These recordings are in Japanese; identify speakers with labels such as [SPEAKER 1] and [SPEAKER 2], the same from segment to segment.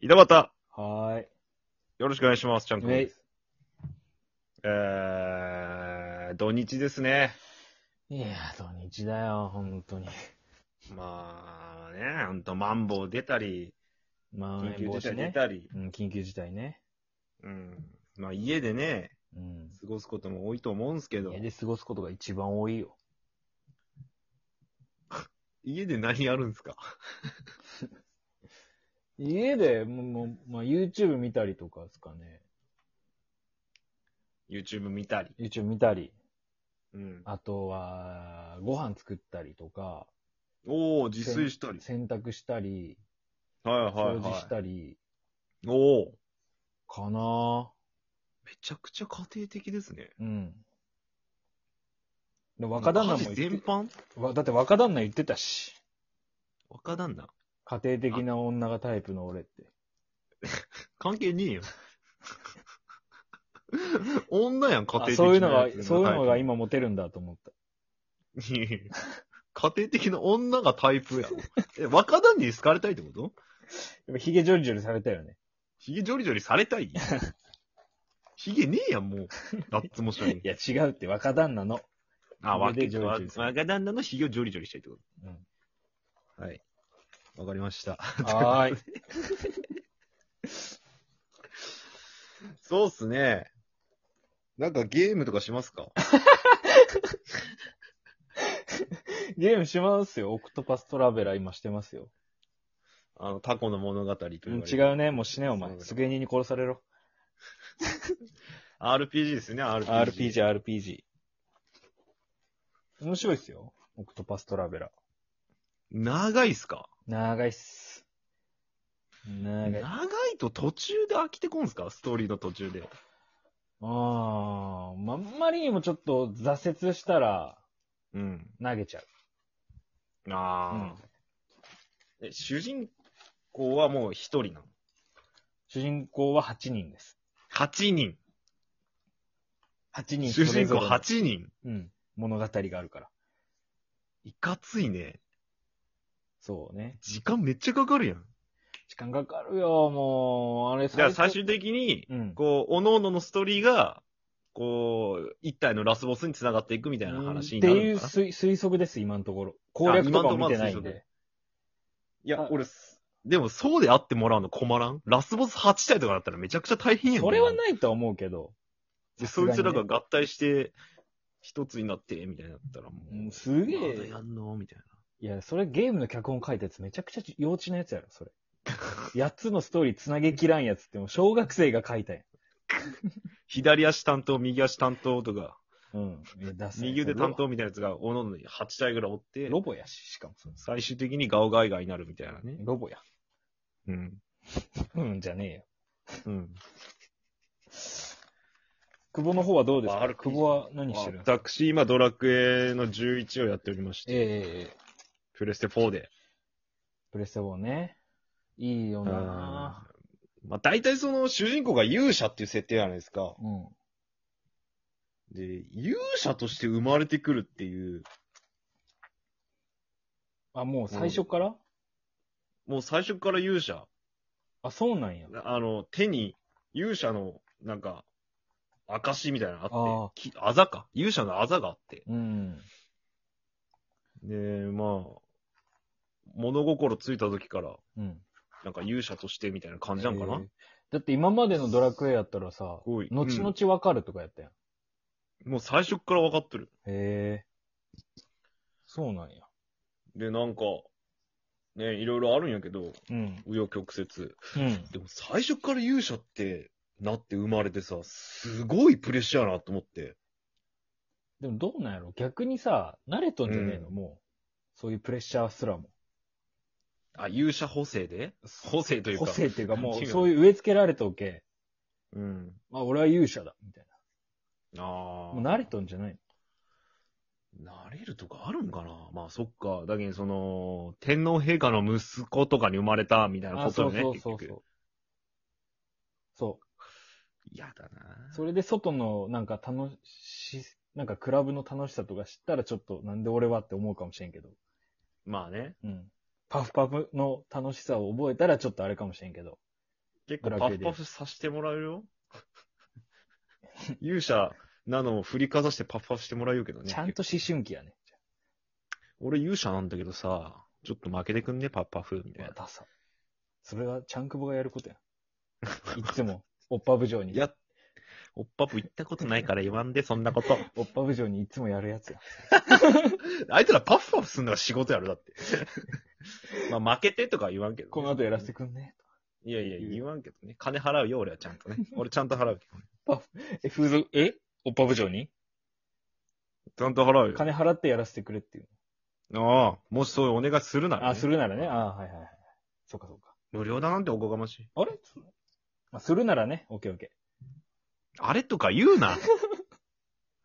[SPEAKER 1] 稲畑、
[SPEAKER 2] はーい。
[SPEAKER 1] よろしくお願いします、ちゃんくん
[SPEAKER 2] ね
[SPEAKER 1] です。えー、土日ですね。
[SPEAKER 2] いや、土日だよ、本当に。
[SPEAKER 1] まあね、ほんと、マンボウ出たり、
[SPEAKER 2] まん
[SPEAKER 1] 緊
[SPEAKER 2] 延
[SPEAKER 1] 急
[SPEAKER 2] 防
[SPEAKER 1] 事
[SPEAKER 2] 止
[SPEAKER 1] 態出
[SPEAKER 2] ね。
[SPEAKER 1] たり、
[SPEAKER 2] うん、緊急事態ね。
[SPEAKER 1] うん。まあ家でね、
[SPEAKER 2] うん。
[SPEAKER 1] 過ごすことも多いと思うんすけど
[SPEAKER 2] 家、で過ごすことが一番多いよ。
[SPEAKER 1] 家で何やるんすか
[SPEAKER 2] 家で、もう、もうまあ、YouTube 見たりとかですかね。
[SPEAKER 1] ?YouTube 見たり。
[SPEAKER 2] YouTube 見たり。
[SPEAKER 1] うん。
[SPEAKER 2] あとは、ご飯作ったりとか、
[SPEAKER 1] おー、自炊したり。
[SPEAKER 2] 洗濯したり、
[SPEAKER 1] はいはい
[SPEAKER 2] 掃除し
[SPEAKER 1] は
[SPEAKER 2] たり、
[SPEAKER 1] い。おー、
[SPEAKER 2] かな
[SPEAKER 1] めちゃくちゃ家庭的ですね。
[SPEAKER 2] うん。で若旦那も
[SPEAKER 1] 家
[SPEAKER 2] 言
[SPEAKER 1] 事全
[SPEAKER 2] って
[SPEAKER 1] 般
[SPEAKER 2] わだって若旦那言ってたし。
[SPEAKER 1] 若旦那。
[SPEAKER 2] 家庭的な女がタイプの俺って。
[SPEAKER 1] 関係ねえよ。 女やん、家庭
[SPEAKER 2] あ
[SPEAKER 1] 的
[SPEAKER 2] そういう
[SPEAKER 1] な
[SPEAKER 2] のが
[SPEAKER 1] やつ、
[SPEAKER 2] そういうのが
[SPEAKER 1] タイ
[SPEAKER 2] 今モテるんだと思った。
[SPEAKER 1] プ 家庭的な女がタイプやろ。え、若旦那に好かれたいってこと
[SPEAKER 2] やっぱヒゲジョリジョリされたよね。
[SPEAKER 1] ヒゲジョリジョリされたいヒゲねえやん、もう。脱毛症に
[SPEAKER 2] い。や、違うって、若旦那の。
[SPEAKER 1] あ、わ
[SPEAKER 2] ヒゲ
[SPEAKER 1] け
[SPEAKER 2] でジョリジョリする
[SPEAKER 1] 若旦那のヒゲをジョリジョリしたいってこ
[SPEAKER 2] うん、
[SPEAKER 1] とはい。わかりました。
[SPEAKER 2] はーい。
[SPEAKER 1] そうっすね。なんかゲームとかしますか
[SPEAKER 2] ゲームしますよ。オクトパストラベラー今してますよ。、
[SPEAKER 1] あの、タコの物語といううんか。
[SPEAKER 2] 違うね。もう死ね、お前。すげえに殺されろ。
[SPEAKER 1] RPG ですね、RPG。
[SPEAKER 2] RPG、RPG。面白いっすよ。オクトパストラベラー。
[SPEAKER 1] 長いっすか
[SPEAKER 2] 長いっす。長い。あ
[SPEAKER 1] 長いと途中で飽きてこんすかストーリーの途中で。
[SPEAKER 2] ー、まあんまりにもちょっと挫折したら
[SPEAKER 1] うん。
[SPEAKER 2] 投げちゃう。
[SPEAKER 1] ああ、え主人公はもう一人なの。
[SPEAKER 2] 主人公は8人です。
[SPEAKER 1] 8人。
[SPEAKER 2] 8人
[SPEAKER 1] 主人公
[SPEAKER 2] 8
[SPEAKER 1] 8人。
[SPEAKER 2] うん。物語があるから。
[SPEAKER 1] いかついね。
[SPEAKER 2] そうね。
[SPEAKER 1] 時間めっちゃかかるやん。
[SPEAKER 2] 時間かかるよ、もう。あれ、
[SPEAKER 1] じゃあ最終的に、
[SPEAKER 2] うん。
[SPEAKER 1] こう、各々のストーリーが、こう、一体のラスボスに繋がっていくみたいな話にな
[SPEAKER 2] ってい
[SPEAKER 1] る
[SPEAKER 2] う
[SPEAKER 1] のかな。
[SPEAKER 2] 推推測です、今のところ。攻略とかも見てないん
[SPEAKER 1] 今のところまだ推
[SPEAKER 2] で。
[SPEAKER 1] いや
[SPEAKER 2] あ、
[SPEAKER 1] 俺、でもそうであってもらうの困らんラスボス8体とかだったらめちゃくちゃ大変やん。
[SPEAKER 2] それはないとは思うけど。
[SPEAKER 1] で、
[SPEAKER 2] さす
[SPEAKER 1] そ
[SPEAKER 2] が
[SPEAKER 1] いつ
[SPEAKER 2] にね
[SPEAKER 1] らが合体して、一つになって、みたいになったらもう、
[SPEAKER 2] うんすげ
[SPEAKER 1] まだ
[SPEAKER 2] え。
[SPEAKER 1] やんのみたい
[SPEAKER 2] いや、それゲームの脚本書いたやつめちゃくちゃ幼稚なやつやろ、 それ。8つのストーリーつなげきらんやつってもう小学生が書いたやん。
[SPEAKER 1] な。左足担当、右足担当とか、
[SPEAKER 2] うん。いや、出す。
[SPEAKER 1] 右腕担当みたいなやつが、おのおのに8体ぐらいおって、
[SPEAKER 2] ロボやし、しかもその
[SPEAKER 1] 最終的にガオガイガイになるみたいなね。
[SPEAKER 2] ロボや。
[SPEAKER 1] うん。
[SPEAKER 2] うん、じゃねえよ。
[SPEAKER 1] うん。
[SPEAKER 2] 久保の方はどうです
[SPEAKER 1] まあ
[SPEAKER 2] か
[SPEAKER 1] RPG
[SPEAKER 2] 久保は何してるんですか
[SPEAKER 1] 私、今、ドラクエの11をやっておりまして、
[SPEAKER 2] ええ
[SPEAKER 1] プレステ4で。
[SPEAKER 2] プレステ4ね。いいよな
[SPEAKER 1] まあ、大体その、主人公が勇者っていう設定じゃないですか。
[SPEAKER 2] うん。
[SPEAKER 1] で、勇者として生まれてくるっていう、
[SPEAKER 2] あ、もう最初から、
[SPEAKER 1] もう最初から勇者。
[SPEAKER 2] あ、そうなんや。
[SPEAKER 1] あの、手に勇者の、なんか、証みたいなのあ
[SPEAKER 2] あ
[SPEAKER 1] っ
[SPEAKER 2] あ
[SPEAKER 1] て、きあざか。勇者のあざがあって。
[SPEAKER 2] うん。
[SPEAKER 1] で、まあ、物心ついた時から、
[SPEAKER 2] うん。
[SPEAKER 1] なんか勇者としてみたいな感じなんかな、
[SPEAKER 2] えーだって今までのドラクエやったらさ、
[SPEAKER 1] ごい
[SPEAKER 2] 後々わかるとかやったやん。
[SPEAKER 1] もう最初っから分かってる。
[SPEAKER 2] へえ。そうなんや。
[SPEAKER 1] で、なんか、ね、いろいろあるんやけど、
[SPEAKER 2] うん。
[SPEAKER 1] 紆余曲折。
[SPEAKER 2] うん。
[SPEAKER 1] でも最初っから勇者って、なって生まれてさ、すごいプレッシャーやなと思って。
[SPEAKER 2] でもどうなんやろ逆にさ、慣れとんじゃねえの、
[SPEAKER 1] う
[SPEAKER 2] もう。そういうプレッシャーすらも。
[SPEAKER 1] あ、勇者補正で補正というか。
[SPEAKER 2] 個性っていうかも
[SPEAKER 1] 違
[SPEAKER 2] う、
[SPEAKER 1] う
[SPEAKER 2] そういう植え付けられとけ。
[SPEAKER 1] うん。
[SPEAKER 2] まあ俺は勇者だ。みたい
[SPEAKER 1] あ
[SPEAKER 2] な。
[SPEAKER 1] あ。
[SPEAKER 2] もう慣れとんじゃないの
[SPEAKER 1] なれるとかあるんかなまあそっか。だけど、その、天皇陛下の息子とかに生まれたみたいな
[SPEAKER 2] あ、
[SPEAKER 1] こと
[SPEAKER 2] そ
[SPEAKER 1] よ
[SPEAKER 2] う
[SPEAKER 1] ね。
[SPEAKER 2] そうそう
[SPEAKER 1] 結
[SPEAKER 2] そ
[SPEAKER 1] 局
[SPEAKER 2] う。そう。
[SPEAKER 1] 嫌だな
[SPEAKER 2] それで外のなんか楽し、なんかクラブの楽しさとか知ったらちょっとなんで俺はって思うかもしれんけど。
[SPEAKER 1] まあね。
[SPEAKER 2] うん。パフパフの楽しさを覚えたらちょっとあれかもしれんけど。
[SPEAKER 1] 結構パフパフさせてもらえるよ。 勇者なのを振りかざしてパフパフしてもらえるけどね。
[SPEAKER 2] ちゃんと思春期やね。
[SPEAKER 1] 俺勇者なんだけどさ、ちょっと負けてくんね、パフパフ、みたい
[SPEAKER 2] ま
[SPEAKER 1] な。
[SPEAKER 2] たさ。それはちゃんくぼがやることや。いつも、おっぱ部長に。
[SPEAKER 1] いや、おっぱぶ行ったことないから言わんで、そんなこと。
[SPEAKER 2] おっぱ部長にいつもやるやつや。
[SPEAKER 1] あいつらパフパフすんのが仕事やろ、だ って。まあ、負けてとかは言わんけど、
[SPEAKER 2] この後やらせてくんね。
[SPEAKER 1] いやいや、言わんけどね。金払うよ、俺はちゃんと ね。俺ちゃんと払うけどね。
[SPEAKER 2] え、風俗、えおっぱ部長に
[SPEAKER 1] ちゃんと払うよ。
[SPEAKER 2] 金払ってやらせてくれっていう。
[SPEAKER 1] ああ、もしそういうお願いするなら、ね。
[SPEAKER 2] あ、するならね。あはいはいはい。そうかそうか。
[SPEAKER 1] 無料だなんておこがましい。
[SPEAKER 2] あれまあ、するならね、オッケーオッケ
[SPEAKER 1] あれとか言うな。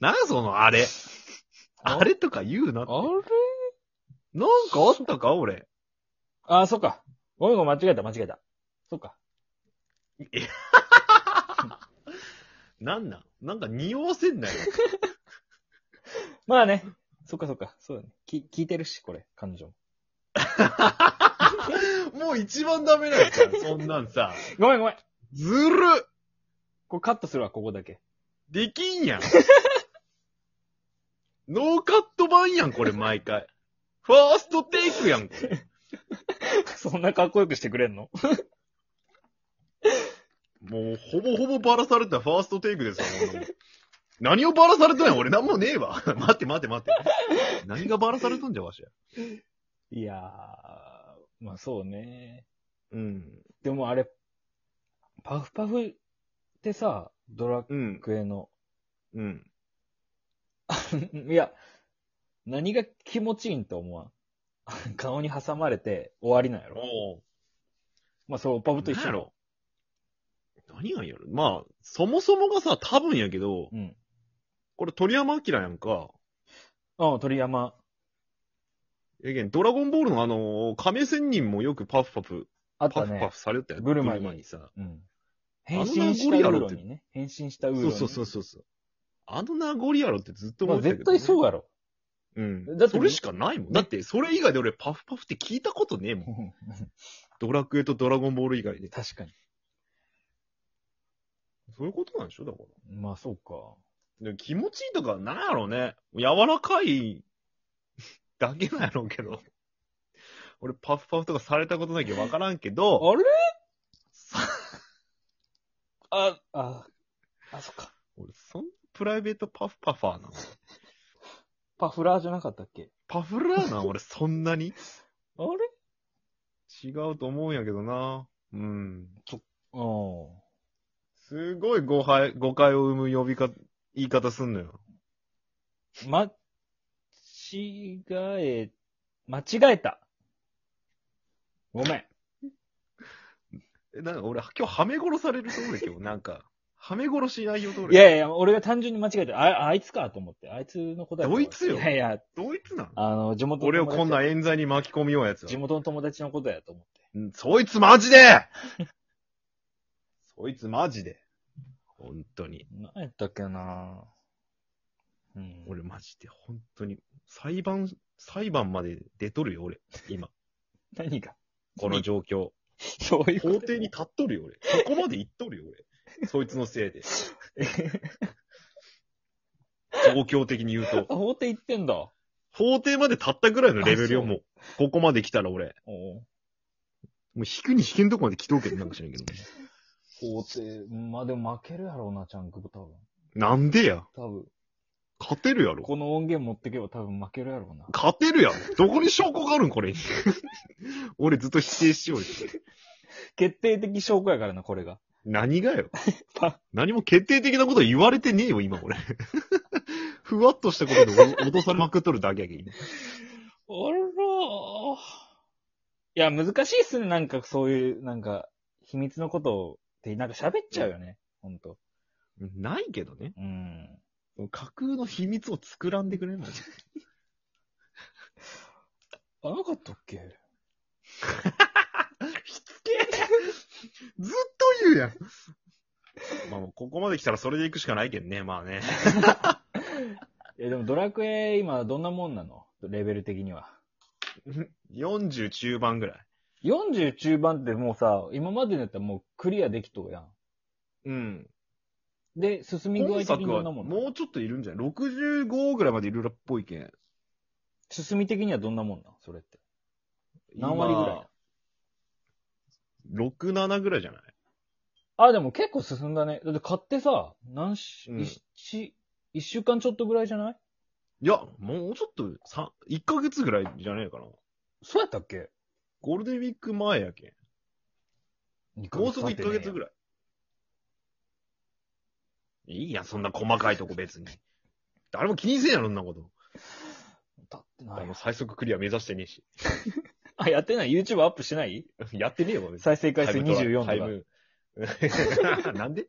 [SPEAKER 1] なあ、そのあれ。
[SPEAKER 2] あ
[SPEAKER 1] あれとか言うなっ
[SPEAKER 2] ー。
[SPEAKER 1] て。なんかあったか俺。
[SPEAKER 2] あ、そっか。ごめんごめん、間違えた、間違えた。そっか。
[SPEAKER 1] なんなんなんか匂わせんなよ。
[SPEAKER 2] まあね。そっかそっか。そうだね。き、聞いてるし、これ、彼女も。
[SPEAKER 1] もう一番ダメなやつやんそんなんさ。
[SPEAKER 2] ごめんごめん。
[SPEAKER 1] ずるっ
[SPEAKER 2] これカットするわ、ここだけ。
[SPEAKER 1] できんやん。ノーカット版やん、これ毎回。ファーストテイクやん、これ。
[SPEAKER 2] そんなかっこよくしてくれんの
[SPEAKER 1] もう、ほぼほぼバラされたファーストテイクですよ、こんなもん何をバラされたんや、俺なんもねえわ。 待って待って待って。何がバラされたんじゃ、わしや。
[SPEAKER 2] いやー、まあそうね。
[SPEAKER 1] うん。
[SPEAKER 2] でもあれ、パフパフってさ、ドラ
[SPEAKER 1] うん。
[SPEAKER 2] クエの、
[SPEAKER 1] うん。
[SPEAKER 2] いや、何が気持ちいいんと思わん。 顔に挟まれて終わりなんやろ。
[SPEAKER 1] おう。
[SPEAKER 2] まあそう、オパブと一
[SPEAKER 1] 何
[SPEAKER 2] 緒
[SPEAKER 1] や。ろ何がいいやろまあ、そもそもがさ、多分やけど、
[SPEAKER 2] うん。
[SPEAKER 1] これ鳥山明やんか。
[SPEAKER 2] うん、鳥山。
[SPEAKER 1] えげん、ドラゴンボールのあの、亀仙人もよくパフパフ、
[SPEAKER 2] あっ
[SPEAKER 1] パ
[SPEAKER 2] た
[SPEAKER 1] フパ
[SPEAKER 2] ね。
[SPEAKER 1] フされたやん。
[SPEAKER 2] ブルマに
[SPEAKER 1] さ。
[SPEAKER 2] うん。
[SPEAKER 1] あの
[SPEAKER 2] 変身したウーロンにね。変身したウーロ
[SPEAKER 1] そ
[SPEAKER 2] ンに
[SPEAKER 1] う
[SPEAKER 2] ね。
[SPEAKER 1] そうそうそうそう。あの名残やろってずっと
[SPEAKER 2] ま
[SPEAKER 1] 思
[SPEAKER 2] あ
[SPEAKER 1] ってたけ
[SPEAKER 2] 絶
[SPEAKER 1] ど、
[SPEAKER 2] 対そうやろ。
[SPEAKER 1] うん。
[SPEAKER 2] だって
[SPEAKER 1] それしかないもん。だって、それ以外で俺、パフパフって聞いたことねえもん。ドラクエとドラゴンボール以外で。
[SPEAKER 2] 確かに。
[SPEAKER 1] そういうことなんでしょだか
[SPEAKER 2] まあそうか。
[SPEAKER 1] ら。でも気持ちいいとか、なんやろうね。柔らかい だけなんやろうけど。俺、パフパフとかされたことないけど、わからんけど、
[SPEAKER 2] あれ
[SPEAKER 1] さ
[SPEAKER 2] あ、あ、あ、そっか。
[SPEAKER 1] 俺、そんなプライベートパフパファーなの
[SPEAKER 2] パフラーじゃなかったっけ
[SPEAKER 1] パフラーな俺、そんなに
[SPEAKER 2] あれ
[SPEAKER 1] 違うと思うんやけどな。うん。
[SPEAKER 2] うん。
[SPEAKER 1] すごい誤解、誤解を生む呼び方、言い方すんのよ。
[SPEAKER 2] 間違え、間違えた。ごめん。
[SPEAKER 1] え、なんか俺、今日はめ殺されると思うよ、今日。なんか、はめ殺し内容と俺。
[SPEAKER 2] いやいや、俺が単純に間違えた。あ、あいつかと思って。あいつの答えだと思って。
[SPEAKER 1] どいつよ
[SPEAKER 2] いやいや、
[SPEAKER 1] どいつなの
[SPEAKER 2] あの、地元の友達
[SPEAKER 1] 俺をこんな冤罪に巻き込みようやつ
[SPEAKER 2] 地
[SPEAKER 1] は。
[SPEAKER 2] 元の友達のことやと思って。
[SPEAKER 1] うんそいつマジで そいつマジで。本当に。
[SPEAKER 2] 何やったっけなうん。
[SPEAKER 1] 俺マジで、本当に。裁判、裁判まで出とるよ、俺。今。
[SPEAKER 2] 何が
[SPEAKER 1] この状況。
[SPEAKER 2] そういうこ
[SPEAKER 1] 法
[SPEAKER 2] と。
[SPEAKER 1] 廷に立っとるよ、俺。そこまで行っとるよ、俺。そいつのせいで。状況的に言うと。
[SPEAKER 2] 法廷行ってんだ。お
[SPEAKER 1] 法廷まで立ったぐらいのレベルよ、
[SPEAKER 2] あそう
[SPEAKER 1] もう。ここまで来たら俺。
[SPEAKER 2] う
[SPEAKER 1] もう引くに引けんとこまで来とうけど、なんか知らんけど。
[SPEAKER 2] 法廷、まあでも負けるやろうな、ちゃんくぼ多分。
[SPEAKER 1] なんでや。
[SPEAKER 2] 多分。
[SPEAKER 1] 勝てるやろ。
[SPEAKER 2] この音源持ってけば多分負けるやろうな。
[SPEAKER 1] 勝てるやろ。どこに証拠があるん、これ。俺ずっと否定しようよ。
[SPEAKER 2] 決定的証拠やからな、これが。
[SPEAKER 1] 何がよ
[SPEAKER 2] パ。
[SPEAKER 1] 何も決定的なこと言われてねえよ、今、俺。 ふわっとしたことでお脅されまくっとるだけやけど、今。
[SPEAKER 2] おらー。いや、難しいっすね、なんかそういう、なんか、秘密のことを、って、なんか喋っちゃうよね、ほんと。
[SPEAKER 1] ないけどね。
[SPEAKER 2] うん。
[SPEAKER 1] 架空の秘密を作らんでくれんの
[SPEAKER 2] あ、なかったっけ
[SPEAKER 1] しつけえずっと言うやん。まあもうここまで来たらそれで行くしかないけんね、まあね。
[SPEAKER 2] いや、でもドラクエ、今、どんなもんなのレベル的には。
[SPEAKER 1] 40中盤ぐらい。
[SPEAKER 2] 40中盤ってもうさ、今までのやったらもうクリアできとうやん。
[SPEAKER 1] うん。
[SPEAKER 2] で、進み具合
[SPEAKER 1] 今
[SPEAKER 2] 的に
[SPEAKER 1] 作
[SPEAKER 2] ど
[SPEAKER 1] は
[SPEAKER 2] んなもんな
[SPEAKER 1] もうちょっといるんじゃない ?65 ぐらいまでいるらっぽいけん。
[SPEAKER 2] 進み的にはどんなもんなんそれって。何割ぐらい
[SPEAKER 1] 今 ?6、7ぐらいじゃない
[SPEAKER 2] あ、でも結構進んだね。だって買ってさ、何し、
[SPEAKER 1] うん
[SPEAKER 2] 一、一週間ちょっとぐらいじゃない
[SPEAKER 1] いや、もうちょっと、さ1ヶ月ぐらいじゃねえかな。
[SPEAKER 2] そうやったっけ
[SPEAKER 1] ゴールデンウィーク前やけん。もうすぐ1ヶ月ぐ
[SPEAKER 2] らい。
[SPEAKER 1] らい。いいやん、そんな細かいとこ別に。誰も気にせんやろ、そんなこと。
[SPEAKER 2] 経って
[SPEAKER 1] あ
[SPEAKER 2] ない
[SPEAKER 1] の、
[SPEAKER 2] よ。
[SPEAKER 1] 最速クリア目指してねえし。
[SPEAKER 2] あ、やってない ?YouTube アップしてない
[SPEAKER 1] やってねえわ、別に。
[SPEAKER 2] 再生回数
[SPEAKER 1] タイムトラ
[SPEAKER 2] 24と
[SPEAKER 1] タイ
[SPEAKER 2] か。
[SPEAKER 1] ム なんで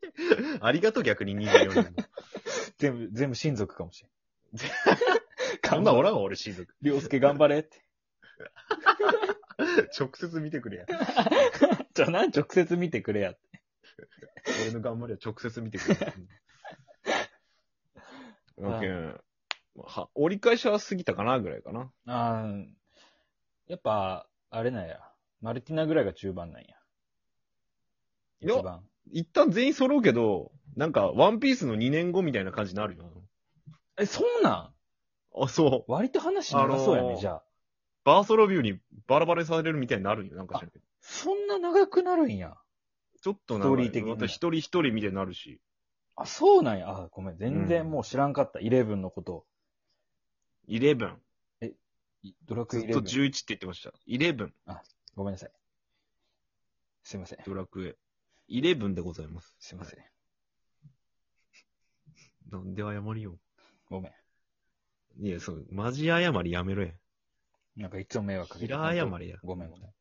[SPEAKER 1] ありがとう、逆に24人も。
[SPEAKER 2] 全部、全部親族かもしれん。
[SPEAKER 1] こんなんおらんわ、俺、親族。
[SPEAKER 2] りょうすけ頑張れって。
[SPEAKER 1] 直接見てくれや。
[SPEAKER 2] じゃあな、直接見てくれやって。
[SPEAKER 1] 俺の頑張りは直接見てくれや。うん
[SPEAKER 2] はい
[SPEAKER 1] オッケーは折り返しは過ぎたかなぐらいかな。
[SPEAKER 2] あーやっぱ、あれなんや。マルティナぐらいが中盤なんや。
[SPEAKER 1] いや
[SPEAKER 2] 一番。
[SPEAKER 1] 一旦全員揃うけど、なんか、ワンピースの2年後みたいな感じになるよ。
[SPEAKER 2] え、そうなん
[SPEAKER 1] あ、そう。
[SPEAKER 2] 割と話長そうやね、
[SPEAKER 1] あのー
[SPEAKER 2] じゃあ。
[SPEAKER 1] バーソロビューにバラバラにされるみたいになるよ、なんか知らんけど。
[SPEAKER 2] そんな長くなるんや。
[SPEAKER 1] ちょっとなん
[SPEAKER 2] ス
[SPEAKER 1] か、
[SPEAKER 2] トーリー的に
[SPEAKER 1] また一人一人みたいになるし。
[SPEAKER 2] あ、そうなんや。あ、ごめん。全
[SPEAKER 1] う
[SPEAKER 2] 然
[SPEAKER 1] ん
[SPEAKER 2] もう知らんかった。イレブンのこと。
[SPEAKER 1] イレブン。
[SPEAKER 2] いドラク
[SPEAKER 1] ず
[SPEAKER 2] エイ
[SPEAKER 1] っ
[SPEAKER 2] レ
[SPEAKER 1] と
[SPEAKER 2] ブン。
[SPEAKER 1] 11って言ってました。イレブン。
[SPEAKER 2] ごめんなさい。すいません。
[SPEAKER 1] ドラクエ。イレブンでございます。
[SPEAKER 2] すいません。
[SPEAKER 1] なんで謝りよ。
[SPEAKER 2] ごめん。
[SPEAKER 1] いや、そう、マジ謝りやめろや。
[SPEAKER 2] なんかいつも迷惑かけて。
[SPEAKER 1] 平謝りや。
[SPEAKER 2] ごめんごめん。